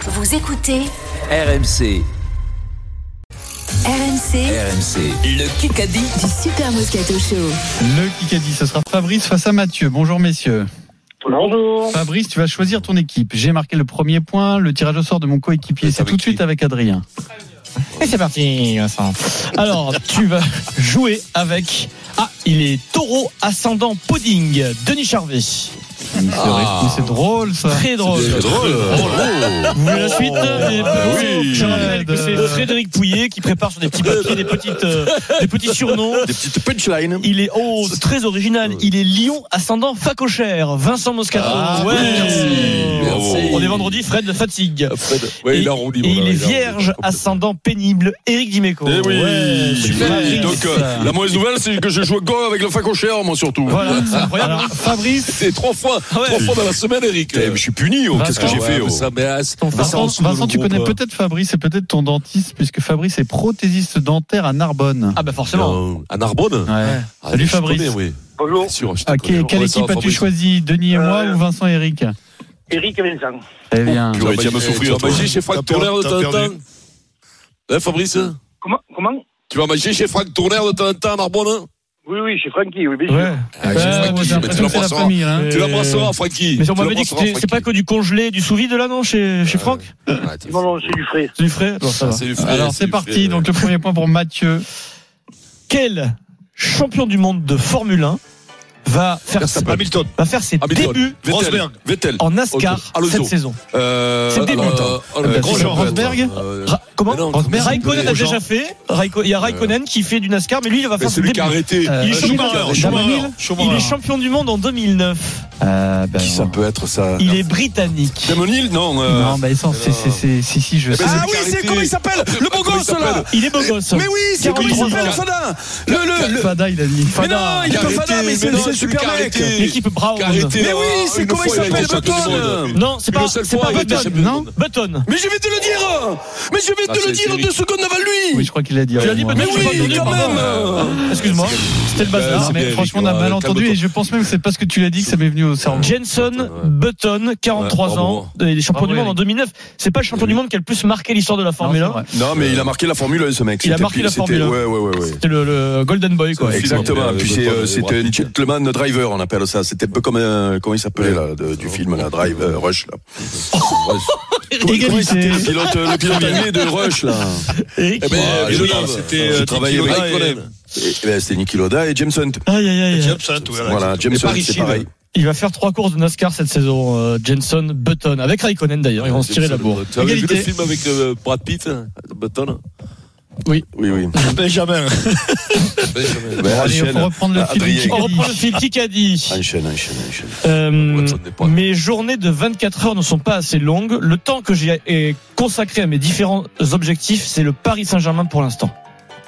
Vous écoutez RMC, RMC RMC, le Kikadi. du Super Moscato Show. Le Kikadi, ce sera Fabrice face à Mathieu. Bonjour messieurs. Bonjour. Fabrice, tu vas choisir ton équipe. J'ai marqué le premier point, le tirage au sort de mon Ah, coéquipier. C'est tout de suite avec Adrien. Et c'est parti, Vincent. Alors, tu vas jouer avec. Ah, il est taureau ascendant pudding, Denis Charvet. Ah. C'est drôle ça. Très drôle. drôle. Vous voulez la suite Eh Et Oh, bah oui. Je rappelle que c'est Frédéric Pouillet qui prépare sur des petits papiers des, petites, euh, des petits surnoms. Des petites punchlines. Il est oh, c'est très original. Il est lion ascendant facochère, Vincent Moscato. ouais. Ah, merci. On est vendredi, Fred fatigue. Ouais, Et- il est arrondi, et voilà, il il est est vierge arrondi. ascendant pénible, Éric Dimeco. Eh oui. Ouais, Fabrice. Donc, euh, la mauvaise nouvelle, c'est que je joue go avec le facochère, moi surtout. Voilà, c'est incroyable. Alors, Fabrice, C'est trois fois, Ah ouais. trois fois dans la semaine, Eric. Eh, mais je suis puni, oh, qu'est-ce que j'ai fait, oh. Vincent, Vincent, tu connais peut-être Fabrice et peut-être ton dentiste, puisque Fabrice est prothésiste dentaire à Narbonne. Ah bah forcément. À euh, Narbonne Ouais. Ah, Salut je te Fabrice. connais, oui. Bonjour. Sûr, je te Ok, connais. quelle Ouais, ça va, équipe as-tu Fabrice. choisi Denis et moi Euh, ou Vincent et Eric Eric et Vincent. Eh bien, Tu vas bien me souffrir. Tu vas manger chez Franck Tourner de temps en temps Hein, Fabrice Comment, comment Tu vas manger chez Franck Tourner de temps en temps à Narbonne hein Oui, oui, chez Francky, oui, bien sûr. ouais. Ah, Eh j'ai ben, Francky, moi, j'ai mais l'impression tu que c'est la l'embrasseras. famille. hein. Tu l'embrasseras, Francky. Mais Tu on m'avait dit que l'embrasseras, c'était- c'est pas Francky. que du congelé, du sous-vide là non chez, chez Franck Ah, t'es Non, non, c'est du frais. C'est du frais Bon, ça va. C'est du frais, Alors du c'est frais, parti, ouais. donc le premier point pour Mathieu. Quel champion du monde de Formule 1 va faire, Verstappen. Hamilton. va faire ses Hamilton. débuts Vettel. Rosberg, Vettel. en NASCAR Alonso. cette saison Euh, C'est le début, alors, attends. euh, Grosjean, Euh, Grosjean, peut-être. Rosberg. Euh, Ra- Comment mais non, Rosberg, mais Raikkonen a Grosjean. déjà fait Raikko- il y a Raikkonen qui fait du NASCAR mais lui il va Mais faire c'est ses lui débuts qui a arrêté. Euh, il est champion, Schumacher, Schumacher. il est champion du monde en 2009 Euh, ben, Qui ça peut être ça il est britannique Damon Hill Non. euh, Non, mais sans, c'est, c'est, c'est, si, si, je eh ben, sais. Ah lui qui a arrêté. s'appelle Le beau Comment il s'appelle il est beau gosse Mais oui, c'est comment il 43 s'appelle ans. Fada Le le le Fada, il a dit. Mais non, il est Qui a pas Fada, arrêté, mais c'est non, le c'est lui qui a super mec arrêté. l'équipe Brown Qui a arrêté, Mais oui, euh, c'est une comment il fois, a s'appelle, été champion du Button monde. non c'est Une pas seule c'est fois, pas il a été Button champion du monde. Button Mais je vais te le dire Mais je vais Ah, te c'est- le c'est dire lui. deux secondes avant lui Oui, je crois qu'il a dit. Tu l'as ouais, dit, moi. mais Mais je l'ai pas oui, entendu, quand pardon. même excuse-moi c'était le bazar Euh, c'est Non, bien, mais Eric, franchement, on a ouais, mal entendu calme-toi. et je pense même que c'est parce que tu l'as dit que ça m'est venu au cerveau. Jenson Ouais. Button, 43 Ouais, ans, bravo. il est champion Bravo, du monde en Eric. 2009. C'est pas le champion du monde qui a le plus marqué l'histoire de la Non, Formule c'est 1. vrai. Non, mais il a marqué la Formule 1, ce mec. Il a C'était- marqué la c'était- Formule 1. Ouais, ouais, ouais, ouais. C'était le, le Golden Boy, quoi. Exactement. film, Puis euh, c'est, de- euh, de- c'était de- un gentleman driver, on appelle ça. C'était un peu comme un, comment il s'appelait là, de- du film là, Drive euh, Rush là. Comment- comment il s'appelait, le pilote, euh, le pilote anglais de Rush là. Eric. Eh ben, Ah, je oui, l'ai- c'était, j'ai euh, travaillé Nicky avec Lauda et- Conan. Et- eh ben, c'était Nicky Loda et James Hunt. Aïe, aïe, aïe. Jobson, tout, voilà. Voilà, James Et Hunt, Paris c'est Chine. pareil. Il va faire trois courses de NASCAR cette saison, euh, Jenson Button. Avec Raikkonen, d'ailleurs. Ils vont se tirer la bourre. Tu avais vu le Égalité. film avec euh, Brad Pitt, hein, Button Oui. Oui, oui. Benjamin. Ben, Allez, on enchaîne, faut reprendre le Adrien. fil. On reprend le fil Kikadi. enchaîne, enchaîne, enchaîne. Euh, Watson n'est pas- mes journées de 24 heures ne sont pas assez longues. Le temps que j'ai est consacré à mes différents objectifs, c'est le Paris Saint-Germain pour l'instant.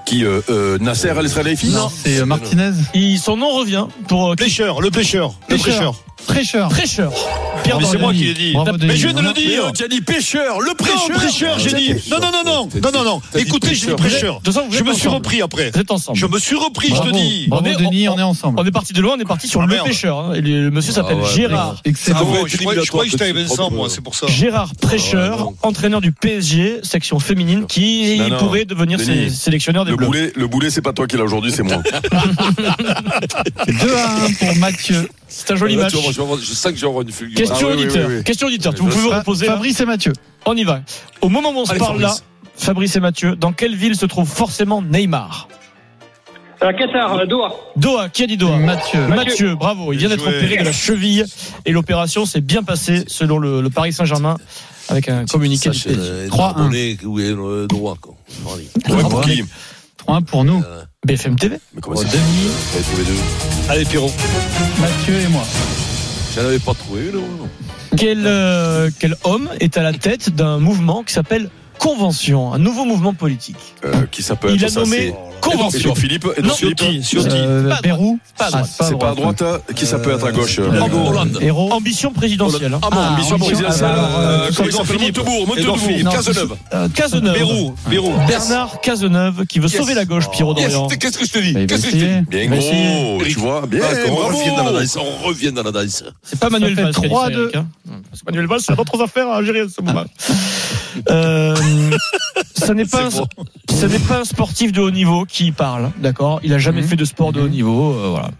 Qui euh, euh, Nasser Al Khelaifi Non, c'est euh, Martinez. Il, son nom revient pour euh, Plécheur, le pêcheur. Le Plécheur. prêcheur. Prêcheur. Prêcheur. Pierre Mais c'est Dorian. moi qui l'ai dit. Bravo, Denis. Mais je viens de Voilà. le dire. tu as dit oh. pêcheur, le Non, prêcheur, j'ai dit. Non, non, non, non. Non, non, non. T'as dit Écoutez, j'ai dit prêcheur. De toute façon, vous Je êtes me suis ensemble. repris après. Vous êtes ensemble. Je me suis repris, je te Bravo. dis. Bravo, On est- Denis, on- on est ensemble. On est parti de loin, on est parti sur Ah, le merde. pêcheur. hein. Et Le, le monsieur s'appelle Ah ouais. Gérard. Excellent. Ah bon, bon, tu euh, je dis croyais à je croyais que toi, j'étais petit Vincent, propre. moi, c'est pour ça. Gérard Oh, Prêcheur, entraîneur du PSG, section féminine, qui Non, non. pourrait devenir Denis, sé- sélectionneur des Le Bleus. boulet, le boulet, c'est pas toi qui l'as aujourd'hui, c'est moi. 2 à 1 pour Mathieu. Ah, C'est un joli Ah, Là, match. tu vas voir, je vais avoir- je sens que j'ai encore une fulgurance. Question Ah, oui, oui, auditeur. oui, oui. Question auditeur. Vous pouvez vous Fa- reposer. là. Fabrice et Mathieu. On y va. Au moment où on se Allez, parle là, Fabrice. Fabrice et Mathieu, dans quelle ville se trouve forcément Neymar Euh, Qatar, euh, Doha. Doha. Qui a dit Doha Mathieu. Mathieu. bravo. Il vient Bien d'être joué. opéré de la cheville et l'opération s'est bien passée selon le, le Paris Saint-Germain avec un communiqué du PSG. 3-1. Où est le droit, quoi. Ouais, pour qui 3-1 pour nous. BFM TV. Mais comment ça Denis, J'avais trouvé deux. Allez, Pierrot. Mathieu et moi. J'en avais pas trouvé une, non Quel, euh, quel homme est à la tête d'un mouvement qui s'appelle Convention, un nouveau mouvement politique. Euh, Qui ça peut être Il a ça, nommé c'est- Convention. Edouard Philippe Edouard Sur Philippe qui Sur qui Euh, Pas à Pérou. Pas à droite. Ah, C'est pas à droite hein Qui ça peut être à gauche euh, Hollande. Hollande. Héros. Ambition présidentielle. hein. Ah bon, Ah, ambition ambition, présidentielle. ah, bah, euh, euh, Comment il Edouard s'appelle Philippe. Montebourg, Edouard Montebourg, Philippe. Non, Cazeneuve. Euh, Cazeneuve. Bérou, Bérou. Bernard Cazeneuve qui veut Yes. sauver la gauche, Pierrot Yes, d'Orient. Qu'est-ce que je te dis Bah, il va Qu'est-ce que je te dis essayer. Bien Il va essayer. gros, tu vois, bien, on bravo. revient dans la danse. On revient dans la danse. C'est pas Manuel fait Valls. qui a dit ça, 3-2. Eric, hein. Parce que Manuel Valls, il a pas trop affaires à gérer à hein, ce moment. Euh, ce n'est pas, un- ce n'est pas un sportif de haut niveau qui parle, d'accord Il a Mhm. jamais fait de sport de haut niveau, euh, voilà.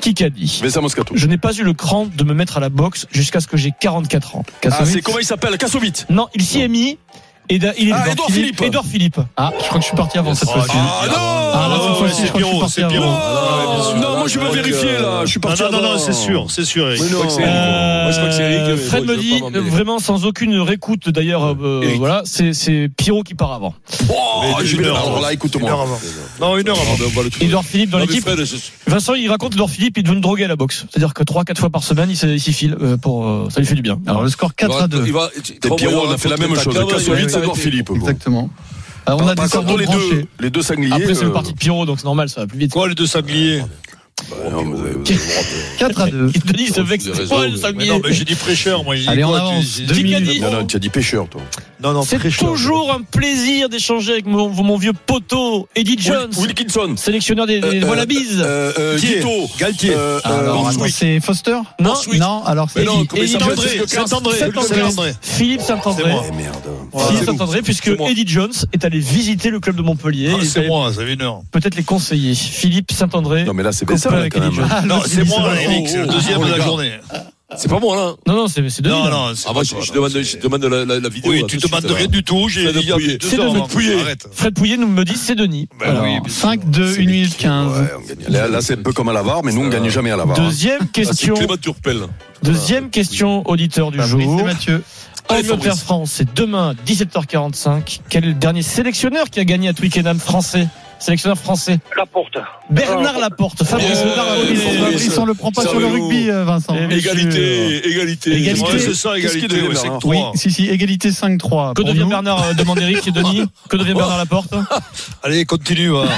Qui qu'a dit Vincent Moscato. Je n'ai pas eu le cran de me mettre à la boxe jusqu'à ce que j'ai 44 ans. Ah, c'est comment il s'appelle Kassovitz. Non, il s'y est mis. Et da- il est Ah, dedans. Édouard Il est- Philippe. Édouard Philippe. Ah, je crois que je suis parti avant cette fois-ci. Ah non Ah, là, cette ouais, fois-ci, ouais, je crois que je suis Pierrot, parti c'est avant. Pierrot. Ah, Ah, non, moi je veux donc, vérifier euh, là, je suis Non, parti non, non, avant. non, c'est sûr, c'est sûr. Eric. Mais non. Euh, Moi, je crois que c'est Eric, mais Fred me bon, je veux dit pas euh, m'emballer. vraiment sans aucune réécoute d'ailleurs euh, Eric. voilà c'est c'est Pierrot qui part avant. Oh, Mais je vais une heure alors avant. là, Une heure écoute-moi. avant. Non, une heure avant. Edouard Philippe dans Non, mais l'équipe. Fred, je- Vincent il raconte Edouard Philippe il devient une drogué à la boxe. C'est-à-dire que 3 4 fois par semaine il se- il s'y file euh, pour euh, ça lui fait du bien. Alors, le score 4 à 2. Il va- Et Pierrot, on a fait la même chose. Kassovitz, Ouais, ouais, Edouard ouais. Philippe. bon. Exactement. Ah, on a Par des contre, cordes les deux, branchés. les deux sangliers. Après c'est euh, le parti de Pierrot donc c'est normal ça va plus vite. Quoi, les deux sabliers bah, non, mais vous avez- 4 à 2. Denis se Oh, Vous vexe. avez C'est quoi, raison, le mais Mais sanglier non, mais j'ai dit prêcheur, moi. j'ai dit Allez, on quoi, tu- avance. j'ai- Deux Qui qu'a minutes. dit Non, non, tu as dit pêcheur, toi. Non, non, C'est prêcheur. toujours un plaisir d'échanger avec mon, mon vieux poteau Eddie Jones, Wil- Wilkinson. sélectionneur des, des Euh, Wallabies. Euh, euh, Galtier. Guito. Galtier. Euh, Alors, euh, attends, c'est Foster non, Non, alors c'est Mais non, qui comment il Eddie s'appelle Jones. ce C'est Saint-André. André. C'est André. Philippe C'est Saint-André. moi. Ah, Eh merde. Philippe c'est Saint-André, puisque C'est moi. Eddie Jones est allé visiter le club de Montpellier. Ah, Il C'est allait moi, ça fait une heure. Peut-être les conseiller. Philippe Saint-André. Non, mais là, c'est Copain Vincent, là, avec quand Eddie même. Jones. Ah, Non, l'autre, c'est il moi, s'appelle- Eric, c'est le Oh, deuxième oh, de les la gars. journée. C'est pas moi là. Non, non, c'est c'est Non, Denis, là. non, c'est bah, Ah, pas moi, je, toi, je non, demande, c'est- je demande la, la, la vidéo. Oui, là, tu tout de demandes suite, là. rien du tout. J'ai Fred dit il y a Pouillet. deux C'est heures de avant. Fred Pouillet. Arrête. Fred Pouillet nous me dit c'est Denis. Ben Alors, oui, bien sûr. 5, 2, 1 minute 15. Ouais, on gagne. Là, là, c'est un peu comme à la VAR, mais nous, on gagne jamais à bah, la VAR. Deuxième Ah, c'est question. Clément Turpel. Deuxième question auditeur Bah, du Fabrice et jour. Mathieu. Allez, Angleterre Fabrice. France, c'est demain 17h45. Quel est le dernier sélectionneur qui a gagné à Twickenham français Sélectionneur français. La porte. Bernard Laporte. Fabrice Bien. Bernard Fabrice, oui, Laporte. Fabrice, oui, on le prend pas ça sur le va, nous. rugby, euh, Vincent. Eh oui. Égalité, égalité. Égalité. Ouais, c'est ça, Qu'est-ce qu'il égalité, devient, ouais, c'est là, que hein Oui, trois. si, si, égalité 5-3. Que pour devient nous. Bernard euh, demande Eric et Denis Que devient Bernard Laporte Allez, continue. hein.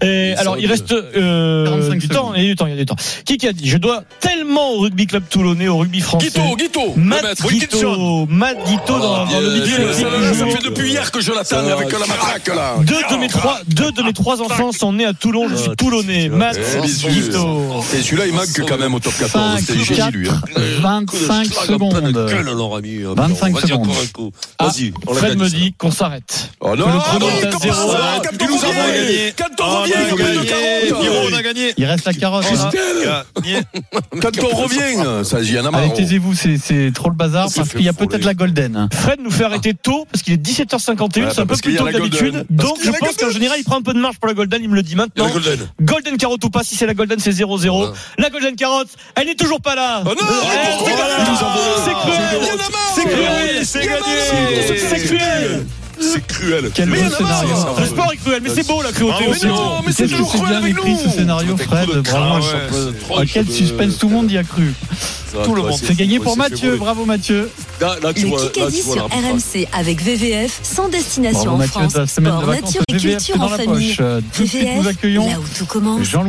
Et alors, il reste euh, 45 du temps, secondes. il y a du temps, il y a du temps. Qui qui a dit Je dois tellement au rugby club toulonnais, au rugby français. Guito, Guito. Matt Guito, Matt Guito Ah, dans, dans le Big Dieu, Club ça, Team là, du là, ça jour. fait depuis hier que je l'attends Ça, avec la ça, matraque là. Deux de mes trois, deux de mes trois enfants sont nés à Toulon. Je suis toulonnais. Matt Eh, bisous. Guito. Et celui-là, il manque quand même au top 14. C'est 5, génie, lui. hein. 4, 25 secondes. Euh, 25 secondes. Vas-y, on l'a Fred gagné, me ça. dit qu'on s'arrête. Oh non, Que le ah chrono non, est à comment zéro. ça Quand on Toulouse a revient, gagné. quand on Ah, revient, Toulouse a quand on gagné. revient, Pierrot, on a gagné. Il reste la carotte. hein. Gagné. quand on revient, ça, il y en a marre. Allez, taisez-vous, c'est- c'est trop le bazar Ça parce fait qu'il y a fouler. peut-être la golden. Fred nous fait arrêter tôt parce qu'il est 17h51, Ouais, c'est un peu parce qu'il y plus a tôt que la d'habitude. Golden. Donc qu'il y je a la pense qu'en général il prend un peu de marge pour la Golden, il me le dit Il y a maintenant. la Golden. Golden Carotte ou pas, si c'est la Golden c'est 0-0. Ouais. La Golden Carotte, elle n'est toujours pas là. Oh non Elle, c'est pourquoi pas grave. Ils C'est cruel. nous ont volé. Il y en a marre. C'est cruel. C'est gagné. C'est cruel. C'est cruel. Quel Mais beau il y en a marre. scénario. Le sport est cruel, mais c'est beau la cruauté Bravo, aussi. Simon. Non, mais c'est Qu'est-ce que toujours c'est cruel bien avec écrit nous. ce scénario, Fred. Bravo. Ah ouais, c'est- À quel suspense tout le monde y a cru. Tout le C'est gagné pour Mathieu. Bravo Mathieu. Là, là, Eh, tu vois, Le là, tu Kikadi vois sur la matraque. RMC avec VVF, sans destination Bravo en Mathieu France. de la semaine de Sport, vacances. nature et VVF culture dans en la famille. poche. Tout de suite, nous VVF, accueillons là où tout commence. Jean-Louis.